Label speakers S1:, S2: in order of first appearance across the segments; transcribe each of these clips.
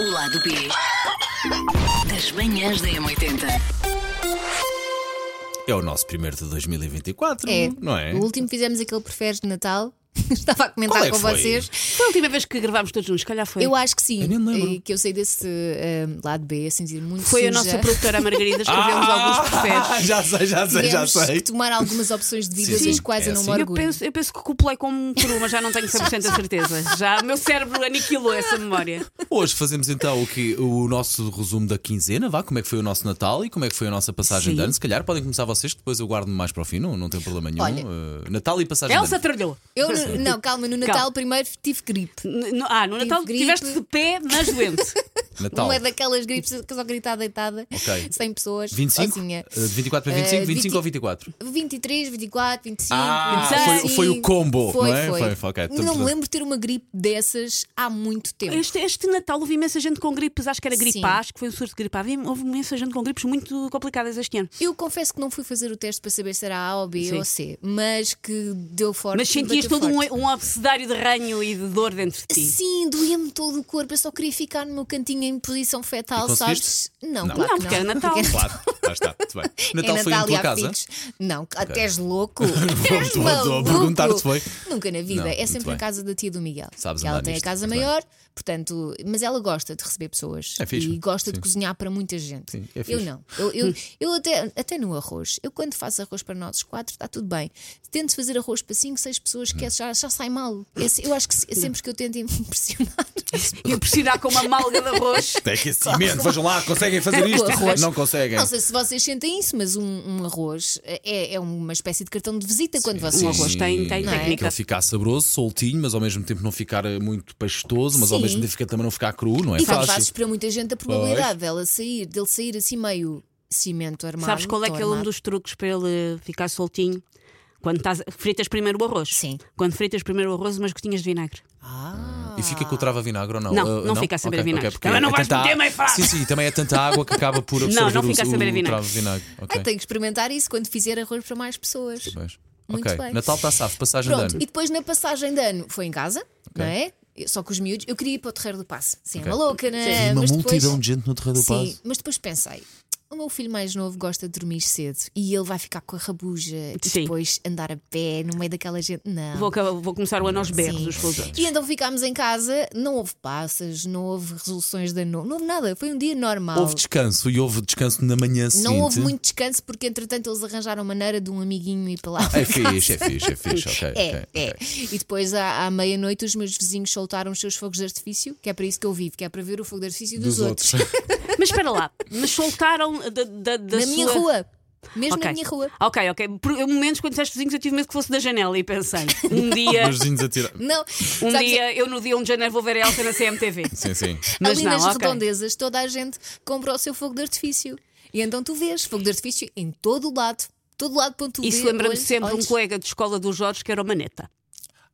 S1: O lado B das manhãs da M80.
S2: É o nosso primeiro de 2024,
S3: É.
S2: não é?
S3: O último fizemos aquele preferes de Natal. Estava a comentar
S2: Qual é que
S3: com
S2: foi?
S3: vocês.
S4: Foi a última vez que gravámos todos juntos, se calhar foi.
S3: Eu acho que sim.
S2: Eu nem me lembro.
S3: eh, Que eu sei desse eh, lado B, a sentir muito
S4: Foi a
S3: suja.
S4: nossa produtora Margarida, escrevemos alguns
S2: ah,
S4: preferes.
S2: já sei, já sei, já
S3: Tivemos
S2: sei.
S3: que tomar algumas opções de vidas
S2: Sim,
S3: as quais
S2: é
S3: eu não
S2: assim.
S3: me
S4: Eu
S3: orgulho.
S4: penso, eu penso que copulei como um peru, mas já não tenho 100% a certeza. Já o meu cérebro aniquilou essa memória.
S2: Hoje fazemos então o, que, o nosso resumo da quinzena, vá, como é que foi o nosso Natal e como é que foi a nossa passagem
S4: Sim.
S2: de ano. Se calhar podem começar vocês, que depois eu guardo-me mais para o fim, não, não tem problema nenhum.
S3: Olha.
S2: Eh, Natal e passagem de
S4: Elsa
S2: ano.
S4: tralhou.
S3: Eu, no- não, calma, no Natal
S4: Calma.
S3: primeiro tive gripe.
S4: N- no- Ah, no Natal
S3: gripe.
S4: estiveste de pé, mas doente.
S2: Natal.
S3: Não é daquelas gripes que só gritar deitada,
S2: Ok.
S3: 100 pessoas,
S2: 25?
S3: sozinha.
S2: Eh, de 24 para 25,
S3: Eh,
S2: 25 ou
S3: 20.
S2: 24?
S3: 23, 24, 25.
S2: Ah,
S3: 26.
S2: foi- foi o combo,
S3: Foi,
S2: não é?
S3: foi.
S2: Foi, foi, ok, estamos
S3: não me
S2: a-
S3: lembro de ter uma gripe dessas há muito tempo.
S4: Este, este Natal houve imensa gente com gripes, acho que era gripe
S3: Sim.
S4: A, acho que foi um surto de gripe A. Havia- Houve imensa gente com gripes muito complicadas este ano.
S3: Eu confesso que não fui fazer o teste para saber se era A ou B
S4: Sim.
S3: ou C, mas que deu forte.
S4: Mas sentias
S3: bateu
S4: todo um,
S3: forte.
S4: um obsedário de ranho e de dor dentro de ti.
S3: Sim, doía-me todo o corpo, eu só queria ficar no meu cantinho em posição fetal,
S2: E conseguiste?
S3: sabes? Não,
S2: Não.
S3: claro
S4: Não,
S3: que
S4: porque era Natal.
S2: Claro, lá está, muito bem.
S3: É
S2: Natal foi
S3: Natal
S2: em
S3: e
S2: tua
S3: há
S2: casa?
S3: figos. Não, até és louco. Eres
S2: estou a- estou a
S3: maluco.
S2: perguntar se foi.
S3: Nunca na vida.
S2: Não,
S3: é
S2: muito
S3: sempre
S2: bem.
S3: na casa da tia do Miguel.
S2: Sabes
S3: que ela
S2: andar
S3: tem
S2: nisto,
S3: a casa
S2: muito bem.
S3: maior, portanto, mas ela gosta de receber pessoas
S2: É fixe.
S3: e gosta
S2: Sim.
S3: de cozinhar para muita gente.
S2: Sim, é
S3: eu
S2: fixe.
S3: não. Eu, eu, eu até, até no arroz. Eu quando faço arroz para nós os quatro, está tudo bem. Tento fazer arroz para cinco, seis pessoas,
S2: Uhum.
S3: que já, já sai mal. Esse- eu acho que se- sempre que eu tento impressionar.
S4: E eu precisar com uma malga de arroz.
S2: Tem É que ser imenso, vejam lá, conseguem fazer isto?
S3: O arroz.
S2: Não conseguem.
S3: Não sei se vocês sentem isso, mas um, um arroz é, é uma espécie de cartão de visita quando vocês.
S4: Um arroz tem- tem
S2: Não é?
S4: técnica.
S2: Que ele ficar saboroso, soltinho, mas ao mesmo tempo não ficar eh, muito pastoso, mas ao
S3: Sim.
S2: mesmo tempo fica- também não ficar cru, não é
S3: E quando fazes
S2: fácil.
S3: para muita gente a probabilidade dela sair, dele sair assim meio cimento armado.
S4: Sabes qual é
S3: tão
S4: que é um
S3: armado.
S4: dos truques para ele ficar soltinho? Quando estás, fritas primeiro o arroz.
S3: Sim.
S4: Quando fritas primeiro o arroz, umas gotinhas de vinagre.
S3: Ah.
S2: E fica com o trava vinagre ou não?
S4: Não,
S2: Eh,
S4: não fica a saber
S2: Ok,
S4: a vinagre.
S2: ok, porque
S4: Também não
S2: é
S4: vais
S2: tanta-
S4: meter meio frase.
S2: Sim, sim, também é tanta água que acaba por absorver
S4: não fica a
S2: o,
S4: saber a
S2: o
S4: vinagre.
S2: trava vinagre. Ok.
S3: Ai, tenho que experimentar isso quando fizer arroz para mais pessoas.
S2: Pois.
S3: Muito
S2: Ok,
S3: bem.
S2: Natal está safo, passagem de
S3: Pronto,
S2: ano.
S3: e depois na passagem de ano foi em casa, não é? Eu- Só com os miúdos. Eu queria ir para o Terreiro do Passo. Sim, é
S2: Ok.
S3: uma louca, não
S2: E
S3: é?
S2: uma
S3: Mas
S2: multidão
S3: depois-
S2: de gente no Terreiro do
S3: Sim,
S2: Passo.
S3: mas depois pensei. O meu filho mais novo gosta de dormir cedo e ele vai ficar com a rabuja e
S4: Sim.
S3: depois andar a pé no meio daquela gente. Não.
S4: Vou, acabar- vou começar o ano aos berros,
S3: Ah. Sim.
S4: os soldados.
S3: E então ficámos em casa, não houve passas, não houve resoluções da noite, não houve nada, foi um dia normal.
S2: Houve descanso e houve descanso na manhã seguinte.
S3: não houve muito descanso porque entretanto eles arranjaram maneira de um amiguinho ir para lá.
S2: É fixe, é fixe, é fixe. Ok, ok,
S3: É, é.
S2: ok.
S3: E depois à, à meia-noite os meus vizinhos soltaram os seus fogos de artifício, que é para isso que eu vivo, que é para ver o fogo de artifício dos,
S2: Dos outros.
S4: Mas espera lá, mas soltaram da, da, da
S3: Na
S4: sua...
S3: minha rua. Mesmo
S4: Ok.
S3: na minha rua.
S4: Ok, ok. Por momentos quando disseste vizinhos, eu tive medo que fosse da janela e pensei, um dia,
S2: Meus vizinhos a tirar.
S3: Não,
S4: um
S3: sabes,
S4: dia eu no dia 1 de janeiro vou ver a Elsa na CMTV.
S2: Sim, sim.
S4: Mas
S3: ali
S4: não,
S3: nas
S4: ok.
S3: redondezas toda a gente compra o seu fogo de artifício. E então tu vês fogo de artifício em todo o lado. Todo o lado para onde tu
S4: Isso
S3: vê-
S4: lembra-me
S3: olhos-
S4: sempre um
S3: olhos.
S4: colega de escola do Jorge que era o Maneta.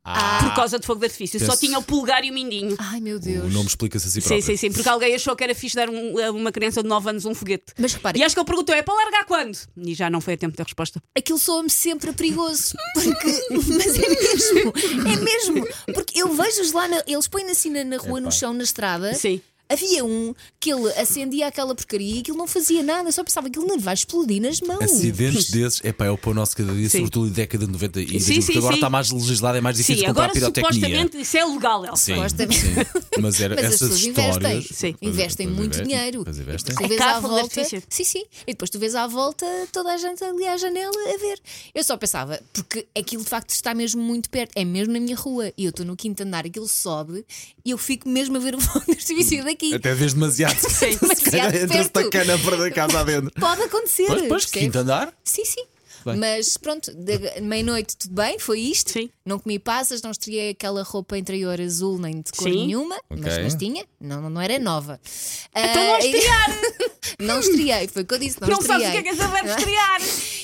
S2: Ah.
S4: Por causa de fogo de artifício. Só
S2: Penso-
S4: tinha o pulgar e o mindinho.
S3: Ai meu
S2: O
S3: Deus.
S2: nome explica-se a si
S4: Sim,
S2: próprio.
S4: sim, sim, porque alguém achou que era fixe dar um- a uma criança de 9 anos um foguete.
S3: Mas repara,
S4: E acho que ele perguntou: é para largar quando? E já não foi a tempo da resposta.
S3: aquilo soa-me sempre a perigoso. Porque, mas é mesmo, é mesmo. Porque eu vejo-os lá, na- eles põem assim na, na rua, no chão, na estrada.
S4: Sim.
S3: Havia um que ele acendia aquela porcaria e aquilo não fazia nada, só pensava que ele não lhe vai explodir nas mãos.
S2: Acidentes desses, é pá, é o pão nosso cada dia,
S4: Hum, Sim.
S2: sobretudo da década de 90 e
S4: Sim,
S2: 2000, porque
S4: sim,
S2: agora
S4: sim.
S2: está mais legislado, é mais difícil
S4: Sim,
S2: comprar
S4: agora
S2: pirotecnia.
S4: supostamente isso é legal, Elsa.
S2: Sim,
S3: Supostamente.
S2: sim. Mas, era,
S3: Mas as
S2: essas
S3: pessoas
S2: histórias.
S3: investem,
S4: Sim.
S3: investem
S2: Pois
S3: muito
S2: investem,
S3: dinheiro.
S2: pois investem.
S3: E depois tu
S4: É
S3: vês
S4: caro
S3: à
S4: fogo de
S3: volta,
S4: artifício.
S3: sim, sim. E depois tu vês à volta toda a gente ali à janela a ver. Eu só pensava, porque aquilo de facto está mesmo muito perto, é mesmo na minha rua. E eu estou no quinto andar, aquilo sobe e eu fico mesmo a ver o fogo de artifício daqui.
S2: Até vês demasiado.
S4: Sim.
S3: Demasiado
S2: Entra-se da
S3: perto.
S2: cana para da casa adentro.
S3: Pode acontecer.
S2: Pois, pois,
S3: percebes?
S2: quinto andar.
S3: Sim, sim.
S2: Bem.
S3: Mas pronto, de- meia-noite tudo bem, foi isto.
S4: Sim.
S3: Não comi passas, não estreiei aquela roupa interior azul nem de cor
S4: Sim.
S3: nenhuma, mas,
S2: Ok.
S3: mas tinha, não, não era nova.
S4: Então não
S3: Ah, e- não estreiei, foi o que eu disse, não,
S4: Não
S3: estreiei.
S4: sabes o que é que é saber estrear.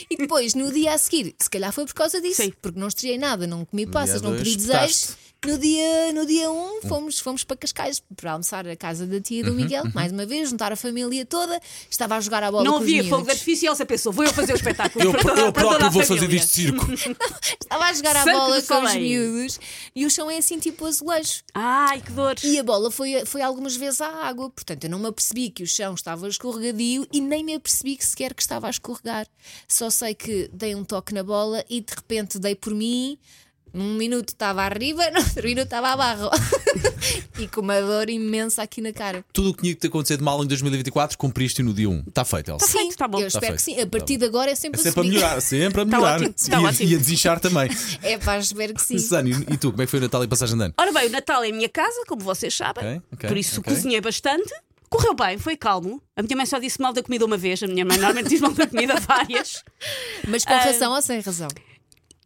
S3: E depois, no dia a seguir, se calhar foi por causa disso,
S4: Sim.
S3: porque não estreiei nada, não comi
S2: dia
S3: passas, não
S2: dois,
S3: pedi
S2: petaste.
S3: desejos, No dia 1 no dia
S4: Hum.
S3: um, fomos, fomos para Cascais para almoçar a casa da tia
S4: Uhum,
S3: do Miguel, mais uma vez, juntar a família toda. Estava a jogar a bola
S4: Não
S3: com os
S4: havia fogo
S3: miúdos.
S4: de artifício e Elsa pensou: vou eu fazer o espetáculo.
S2: Eu,
S4: É para toda-
S2: eu
S4: para toda
S2: próprio
S4: a
S2: vou fazer
S4: família.
S2: disto circo.
S3: Estava a jogar a
S4: Santo
S3: bola
S4: do
S3: com os
S4: Soleil.
S3: miúdos e o chão é assim tipo azulejos.
S4: Ai, que dores.
S3: E a bola foi, foi algumas vezes à água, portanto eu não me apercebi que o chão estava escorregadio e nem me apercebi que sequer que estava a escorregar. Só sei que dei um toque na bola e de repente dei por mim. Num minuto estava arriba, no outro minuto estava abaixo. e com uma dor imensa aqui na cara.
S4: Tá
S2: Tudo o que tinha que ter acontecido de mal em 2024 cumpriste no dia 1. Está feito, Elsa.
S4: feito, tá bom.
S3: Eu espero
S2: Tá
S3: que
S2: feito,
S3: sim. A
S2: tá
S3: partir de agora é sempre,
S2: Sempre a
S3: subir.
S2: melhorar, sempre a melhorar.
S4: ótimo, tá
S2: e, a-
S4: ótimo.
S2: e a desinchar também.
S3: É pá, espero que sim.
S2: Susana, e e tu, como é que foi o Natal e passagem de ano?
S4: Ora bem, o Natal é em minha casa, como vocês sabem,
S2: Ok, ok,
S4: por isso
S2: ok.
S4: cozinhei bastante. Correu bem, foi calmo. A minha mãe só disse mal da comida uma vez, a minha mãe normalmente diz mal da comida várias.
S3: Mas
S4: Ah.
S3: com razão ou sem razão?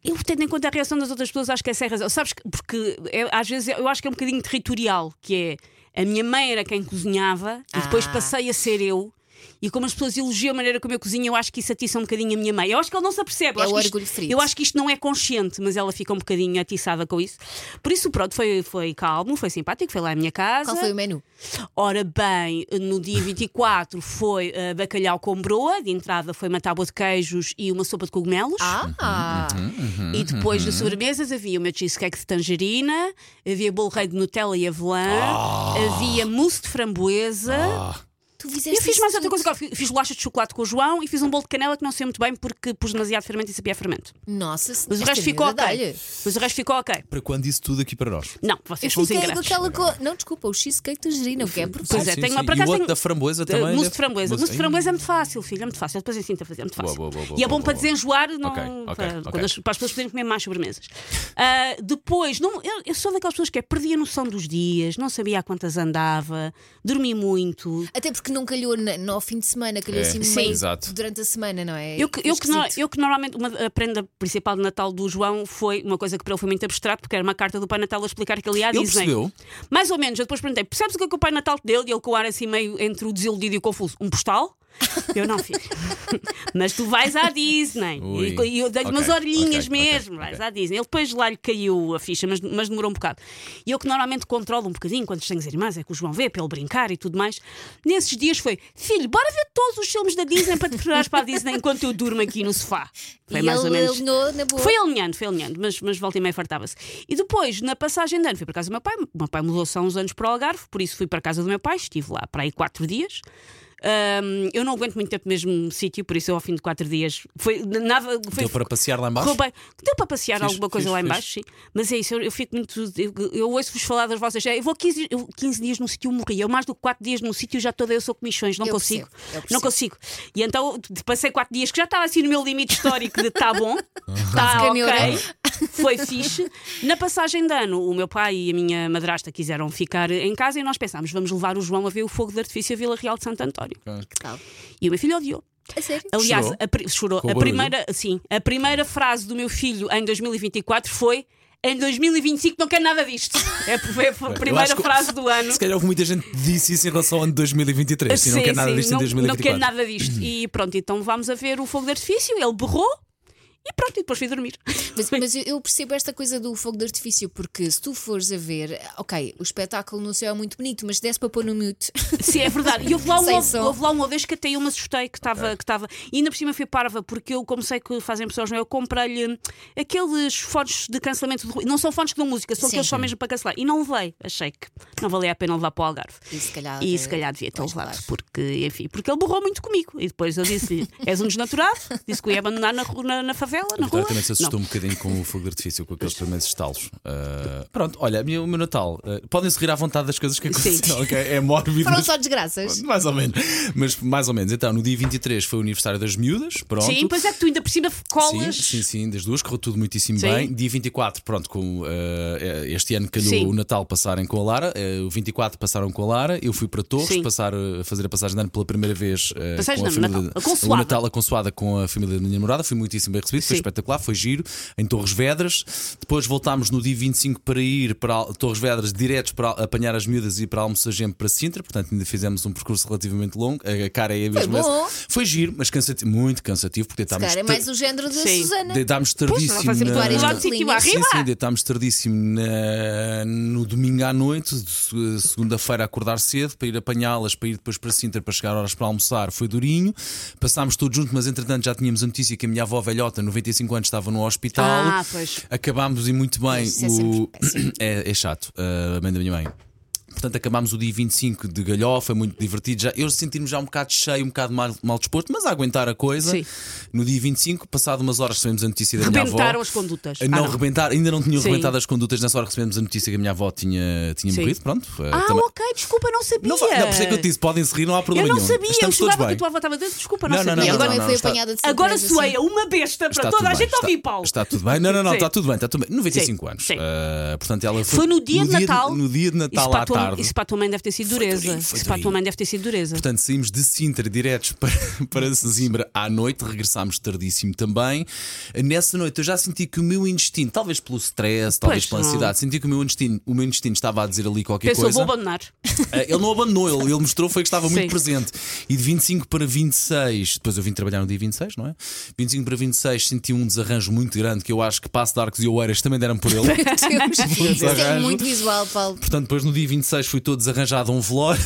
S4: Eu, tendo em conta a reação das outras pessoas, acho que essa é a razão. Sabes, que- porque é- às vezes eu acho que é um bocadinho territorial, que é a minha mãe era quem cozinhava e depois
S3: Ah.
S4: passei a ser eu. E como as pessoas elogiam a maneira como eu cozinho, eu acho que isso atiça um bocadinho a minha mãe. Eu acho que ela não se apercebe.
S3: É
S4: Eu acho
S3: o
S4: que isto-
S3: orgulho ferido.
S4: Eu acho que isto não é consciente, mas ela fica um bocadinho atiçada com isso. Por isso, pronto, foi, foi calmo, foi simpático, foi lá à minha casa.
S3: Qual foi o menu?
S4: Ora bem, no dia 24 foi eh, bacalhau com broa, de entrada foi uma tábua de queijos e uma sopa de cogumelos.
S3: Ah!
S2: Uhum,
S4: E depois
S3: Uhum.
S4: das sobremesas havia o meu cheesecake de tangerina, havia bolo rei de Nutella e avelã,
S3: Ah.
S4: havia mousse de framboesa.
S3: Tu fizeste
S4: Eu fiz
S3: isso
S4: mais
S3: tudo.
S4: outra coisa, que eu fiz- fiz bolachas de chocolate com o João e fiz um bolo de canela que não sei muito bem porque pus demasiado fermento e sabia a fermento.
S3: Nossa,
S4: Mas o
S3: esta
S4: resto ficou
S3: miúda
S4: ok. É
S3: dá-lhe.
S4: Mas o resto ficou ok.
S2: Para quando isso tudo aqui para nós?
S4: Não,
S3: Eu
S4: vocês são
S3: fiquei com
S4: ingratos.
S3: aquela co... Não, desculpa, o cheesecake tangerina, o que é perfeito.
S4: Pois é,
S2: Sim,
S4: tenho
S2: sim.
S4: uma-
S2: E
S4: por
S2: o
S4: acaso
S2: outro
S4: tenho-
S2: da framboesa
S4: Eh,
S2: também.
S4: Mousse
S2: deve-
S4: de framboesa.
S2: Mousse-
S4: Mousse de framboesa é muito fácil, filho, é muito fácil. Eu Depois assim a fazer, é muito fácil.
S2: Boa, boa, boa,
S4: e é bom
S2: boa,
S4: para
S2: boa.
S4: desenjoar, não,
S2: Ok, ok,
S4: para,
S2: ok.
S4: quando as, para as pessoas poderem comer mais sobremesas. Ah, depois, não, eu, eu sou daquelas pessoas que é, perdi a noção dos dias, não sabia a quantas andava, dormi muito.
S3: Até porque não calhou na- no fim de semana, calhou
S2: É,
S3: assim no
S2: sim,
S3: meio
S2: exato.
S3: durante a semana, não é?
S4: Eu que, eu, que
S3: Esquisito.
S4: no- eu que normalmente uma, a prenda principal de Natal do João foi uma coisa que para ele foi muito abstrato, porque era uma carta do Pai Natal a explicar que ele há
S2: Ele
S4: dizem.
S2: percebeu?
S4: Mais ou menos, eu depois perguntei: percebes o que é que o Pai Natal te deu? E ele com o ar assim meio entre o desiludido e o confuso: um postal? Eu não fiz. Mas tu vais à Disney.
S2: Ui.
S4: E, e eu dei-lhe
S2: Ok,
S4: umas orelhinhas
S2: ok, ok,
S4: mesmo. vais
S2: ok.
S4: à Disney. Ele depois lá lhe caiu a ficha, mas, mas demorou um bocado. E eu que normalmente controlo um bocadinho quantos tenho irmãs, é que o João vê, para ele brincar e tudo mais. Nesses dias foi: filho, bora ver todos os filmes da Disney para te preparares para a Disney enquanto eu durmo aqui no sofá. Foi
S3: E
S4: mais
S3: ele
S4: ou menos.
S3: alinhou na boa.
S4: Foi alinhando, foi alinhando, mas, mas volta e meia fartava-se. E depois, na passagem de ano, fui para casa do meu pai. O meu pai mudou-se há uns anos para o Algarve, por isso fui para a casa do meu pai. Estive lá para aí quatro dias. Ahm, eu não aguento muito tempo no mesmo sítio, por isso eu, ao fim de quatro dias, foi nada. Foi,
S2: Deu para passear lá em baixo?
S4: correu bem. Deu para passear
S2: Fiz,
S4: alguma coisa
S2: fiz,
S4: lá em
S2: fiz.
S4: baixo, sim. Mas é isso, eu, eu fico muito. Eu, eu ouço-vos falar das vossas. é, Eu vou 15, eu 15 dias num sítio, eu morri. Eu mais do que 4 dias num sítio, já toda eu sou comichões. Não
S3: Eu
S4: consigo.
S3: percebo, eu percebo.
S4: não consigo. E então passei 4 dias que já estava assim no meu limite histórico de tá bom, tá
S3: Fica neura.
S4: ok. Foi fixe. Na passagem de ano, o meu pai e a minha madrasta quiseram ficar em casa e nós pensámos, vamos levar o João a ver o fogo de artifício a Vila Real de Santo António.
S3: Tal.
S4: E o meu filho odiou.
S3: A sério?
S4: Aliás,
S2: Chorou?
S4: a, pri- chorou.
S2: Com
S4: a
S2: barulho?
S4: primeira, sim, a primeira frase do meu filho em 2024 foi em 2025 não quero nada disto. É, foi a
S2: Eu
S4: primeira
S2: acho que-
S4: frase do ano.
S2: Se calhar houve muita gente que disse isso em relação ao ano de 2023. Sim, não
S4: Sim,
S2: quer nada
S4: sim,
S2: disto em
S4: não- Não
S2: 2024.
S4: quero nada disto. E pronto, então vamos a ver o fogo de artifício. Ele berrou e pronto, e depois fui dormir.
S3: Mas, mas eu- eu percebo esta coisa do fogo de artifício, porque se tu fores a ver, ok, o espetáculo no céu é muito bonito, mas se desse para pôr no mute,
S4: Sim, é verdade. E houve lá,
S3: Sem
S4: uma,
S3: som.
S4: houve lá uma vez que até eu me assustei que estava. que estava E ainda por cima fui parva, porque eu, como sei que fazem pessoas, não é? eu comprei-lhe aqueles fones de cancelamento de ruído. Não são fones que dão música, são
S3: Sim.
S4: aqueles só mesmo para cancelar. E não levei. Achei que não valia a pena levar para o Algarve.
S3: E se calhar,
S4: E
S3: eh,
S4: se calhar devia ter
S3: pois,
S4: levado,
S3: claro.
S4: porque, enfim, porque ele borrou muito comigo. E depois eu disse-lhe: és um desnaturado, disse que o ia abandonar na, ru- na, na favela, na rua.
S2: Claro, também se
S4: Não.
S2: assustou um bocadinho com o fogo de artifício, com aqueles primeiros estalos. Ah, pronto, olha, o meu o meu Natal. ah, podem-se rir à vontade das coisas que
S4: Sim.
S2: aconteceram, ok? É mórbido.
S3: foram
S2: mas-
S3: só desgraças.
S2: Mais ou menos. Mas mais ou menos. Então, no dia 23 foi o aniversário das miúdas. Pronto.
S4: Sim, pois é que tu ainda por cima colas.
S2: Sim, sim, sim, das duas, correu tudo muitíssimo
S4: Sim.
S2: bem. Dia 24, pronto, com, eh, este ano calhou
S4: Sim.
S2: o Natal passarem com a Lara, eh, o 24 passaram com a Lara, eu fui para Torres
S4: Sim.
S2: passar, eh, fazer a passagem de ano pela primeira vez eh,
S4: Passagem
S2: com a
S4: de ano,
S2: família
S4: Natal. A
S2: o
S4: consoada.
S2: Natal a consoada com a família da minha namorada, fui muitíssimo bem recebido. foi
S4: Sim.
S2: espetacular, foi giro, em Torres Vedras. Depois voltámos no dia 25 para ir para Al- Torres Vedras diretos para al- apanhar as miúdas e ir para Almoçagem para Sintra, portanto ainda fizemos um percurso relativamente longo. A cara é a mesma.
S3: bom.
S2: Foi giro, mas cansativo, muito cansativo, porque
S3: Se
S2: estávamos.
S3: calhar é mais o género de
S4: Sim.
S3: Susana.
S2: Deitámos tardíssimo.
S4: fazemos
S2: na-
S3: várias
S4: do lado
S3: coisas.
S4: sítio
S3: Sim,
S4: arriba.
S2: Sim, sim, deitámos tardíssimo na- no domingo à noite, de se- segunda-feira, a acordar cedo para ir apanhá-las, para ir depois para Sintra, para chegar horas para almoçar. Foi durinho. Passámos todos juntos, mas entretanto já tínhamos a notícia que a minha avó velhota, 95 anos, estava no hospital.
S4: Ah, pois.
S2: Acabámos e muito bem.
S3: Isso é
S2: o...
S3: sempre
S4: assim.
S3: péssimo.
S2: é, é chato, ah, a mãe da minha mãe. Portanto, acabámos o dia 25 de galhofa, muito divertido. Já, eu senti-me já um bocado cheio, um bocado mal, mal disposto, mas a aguentar a coisa.
S4: Sim.
S2: No dia 25, passado umas horas, recebemos a notícia da minha avó.
S4: Rebentaram as condutas.
S2: Não,
S4: Ah, não.
S2: rebentar, ainda não tinham
S4: Sim.
S2: rebentado as condutas. Nessa hora recebemos a notícia que a minha avó tinha, tinha
S4: Sim.
S2: morrido. Pronto. eh,
S4: Ah,
S2: também-
S4: ok, desculpa, não sabia.
S2: não, fa- não, por isso é que eu te disse: podem se rir, não há
S4: Eu
S2: problema
S4: não
S2: nenhum.
S4: sabia,
S2: Estamos
S4: eu
S2: todos
S4: jogava que
S2: bem.
S4: a tua avó estava dentro, desculpa,
S2: Não,
S4: não,
S2: não, não,
S4: sabia.
S3: E
S2: não,
S3: agora
S4: agora
S3: também
S2: não,
S3: foi
S2: está-
S3: apanhada de surpresa.
S4: agora soei
S3: assim.
S4: a uma besta para
S2: Está
S4: toda
S2: tudo
S4: a
S2: bem,
S4: gente
S2: está,
S4: ouvir, Paulo.
S2: Está tudo bem. Não, não, não,
S4: Sim.
S2: está tudo bem, está tudo bem. 95
S4: Sim,
S2: anos.
S4: sim.
S2: Eh, portanto, ela foi,
S4: Foi no dia de Natal.
S2: no dia de
S4: isso,
S2: Natal
S4: para
S2: à
S4: a tua,
S2: tarde.
S4: isso para a tua mãe deve ter sido
S2: Foi
S4: dureza.
S2: durinho, foi
S4: isso para a tua
S2: durinho.
S4: mãe deve ter sido dureza.
S2: Portanto, saímos de Sintra diretos para, para Sesimbra à noite, regressámos tardíssimo também. Nessa noite eu já senti que o meu intestino, talvez pelo stress, talvez
S4: Pois
S2: pela
S4: não.
S2: ansiedade, senti que o meu intestino, o meu intestino estava a dizer ali qualquer
S4: Pensou,
S2: coisa.
S4: vou abandonar.
S2: Eh, Ele não abandonou, ele, ele mostrou foi que estava muito
S4: Sim.
S2: presente. E de 25 para 26, depois eu vim trabalhar no dia 26, não é? 25 para 26 senti um desarranjo muito grande que eu acho que Passo de Arcos e Oeiras também deram por ele.
S3: Deus, Isso é
S2: Arranjo.
S3: muito visual, Paulo.
S2: Portanto, depois no dia 26 fui todo desarranjado a um velório.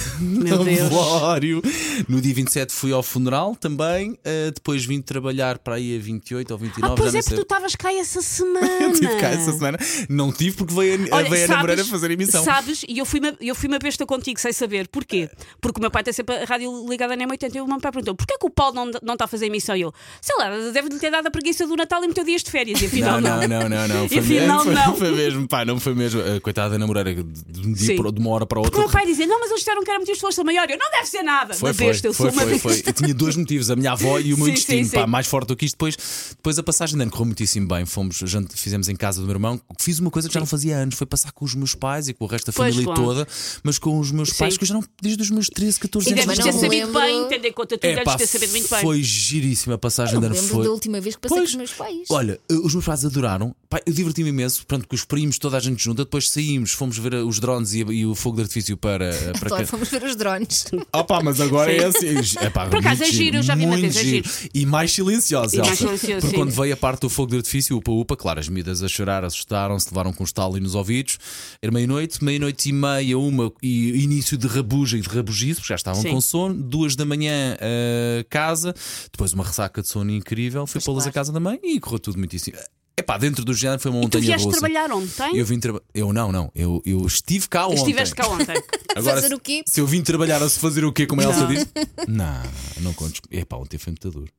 S4: Meu
S2: a um
S4: Deus.
S2: velório. No dia 27 fui ao funeral também. eh, depois vim trabalhar para aí a 28 ou 29.
S4: Ah, pois
S2: já
S4: é,
S2: não
S4: porque
S2: sei.
S4: tu estavas cá essa semana.
S2: Eu tive cá essa semana. Não tive porque veio a,
S4: Olha,
S2: veio a
S4: sabes-
S2: Moreira É fazer a emissão.
S4: Sabes, e eu fui, uma, eu fui uma besta contigo sem saber. Porquê? Porque o meu pai tem sempre a rádio ligada na M80 e o meu pai perguntou: porquê que o Paulo não, não está a fazer a emissão? E eu, sei lá, deve-lhe ter dado a preguiça do Natal e meteu dias de férias. E
S2: Não,
S4: afinal,
S2: não, não, não, não. Foi,
S4: Afinal,
S2: mesmo, foi-
S4: não.
S2: foi mesmo, pá, não foi mesmo. Eh, Coitada da Ana Moreira, de, de um dia
S4: Sim.
S2: para- de uma hora para
S4: Porque
S2: outra.
S4: o meu pai dizia: não, mas eles disseram que era muito esforço maior. Eu não deve ser nada.
S2: Foi,
S4: uma
S2: foi,
S4: besta,
S2: foi,
S4: eu sou uma
S2: foi,
S4: besta.
S2: foi. Eu tinha dois motivos, a minha avó e o meu
S4: Sim,
S2: intestino.
S4: sim,
S2: Pá,
S4: sim.
S2: mais forte do que isto. Depois, depois a passagem de ano correu muitíssimo bem. Fomos, jant- fizemos em casa do meu irmão. Fiz uma coisa que já não fazia há anos, foi passar com os meus pais e com o resto da
S4: Pois,
S2: família
S4: claro.
S2: toda, mas com os meus pais,
S4: Sim.
S2: que eu já não desde os meus 13, 14
S4: E
S2: anos.
S4: deves
S3: Mas
S4: ter
S3: não
S4: sabido
S3: lembro-
S4: bem, tendo em conta tu
S2: É,
S4: deves
S2: pá,
S4: ter sabido muito bem.
S2: Foi giríssima a passagem
S3: Eu
S2: de
S3: não
S2: ano.
S3: me lembro
S2: foi...
S3: da última vez que passei
S2: Pois.
S3: com os meus pais.
S2: Olha, eh, os meus pais adoraram. Pá, eu diverti-me imenso. Pronto, com os primos, toda a gente junta. Depois saímos, fomos ver eh, os drones e, e o fogo de artifício para. eh, para
S3: Claro,
S2: cá.
S3: fomos ver os drones.
S2: Ah pá, mas agora é assim. É pá,
S4: Por acaso
S2: muito
S4: é giro, eu já vi
S2: muito
S4: Matheus, é
S2: E mais silenciosa,
S4: E mais
S2: Elsa.
S4: silencioso,
S2: Porque
S4: sim.
S2: quando veio a parte do fogo de artifício, upa upa, claro, as miúdas a chorar, assustaram-se, levaram com um estalo nos ouvidos. Era meia-noite, meia-noite e meia, uma e início de rabuja e de rabugice, porque já estavam
S4: Sim.
S2: com sono. Duas da manhã, ah, casa. Depois uma ressaca de sono incrível. Fui pô-las a
S3: claro.
S2: casa da mãe e correu tudo muitíssimo. É pá, dentro do género foi uma
S4: Tu
S2: montanha
S4: vieste
S2: russa.
S4: trabalhar ontem?
S2: Eu vim trabalhar. Eu não, não. Eu, eu estive cá ontem.
S4: Estiveste cá ontem.
S2: Agora,
S3: Fazer o quê?
S2: Se eu vim trabalhar a se fazer o quê, como a Elsa
S4: Não.
S2: disse? Não, não contes. Epá, ontem foi muito duro.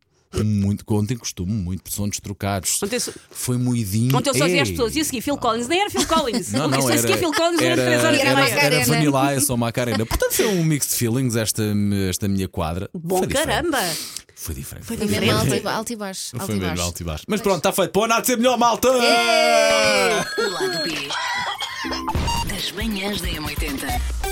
S2: Muito, ontem costumo muito, sons trocados.
S4: Ontem só-
S2: Foi moidinho.
S4: Ontem eu é só vi as
S2: Ei.
S4: pessoas. E a seguir, Phil Collins. Nem era Phil Collins.
S2: Não, não,
S4: Isto a
S2: era,
S4: seguir, Phil Collins
S2: era,
S4: durante 3 horas
S3: E
S4: e
S3: era
S4: meia.
S2: era
S3: Macarena.
S2: Vanilla é Ice ou Macarena. Portanto, foi um mix de feelings esta, esta minha quadra.
S4: Bom
S2: Foi diferente.
S4: caramba!
S2: Foi diferente.
S4: Foi
S3: E mesmo
S4: Diferente.
S3: alto e ba- alto e baixo.
S2: Foi
S3: alto e
S2: mesmo
S3: baixo.
S2: alto e baixo. Mas pronto, está feito. Pô, nada de ser melhor, malta!
S1: O lado B das manhãs da M80.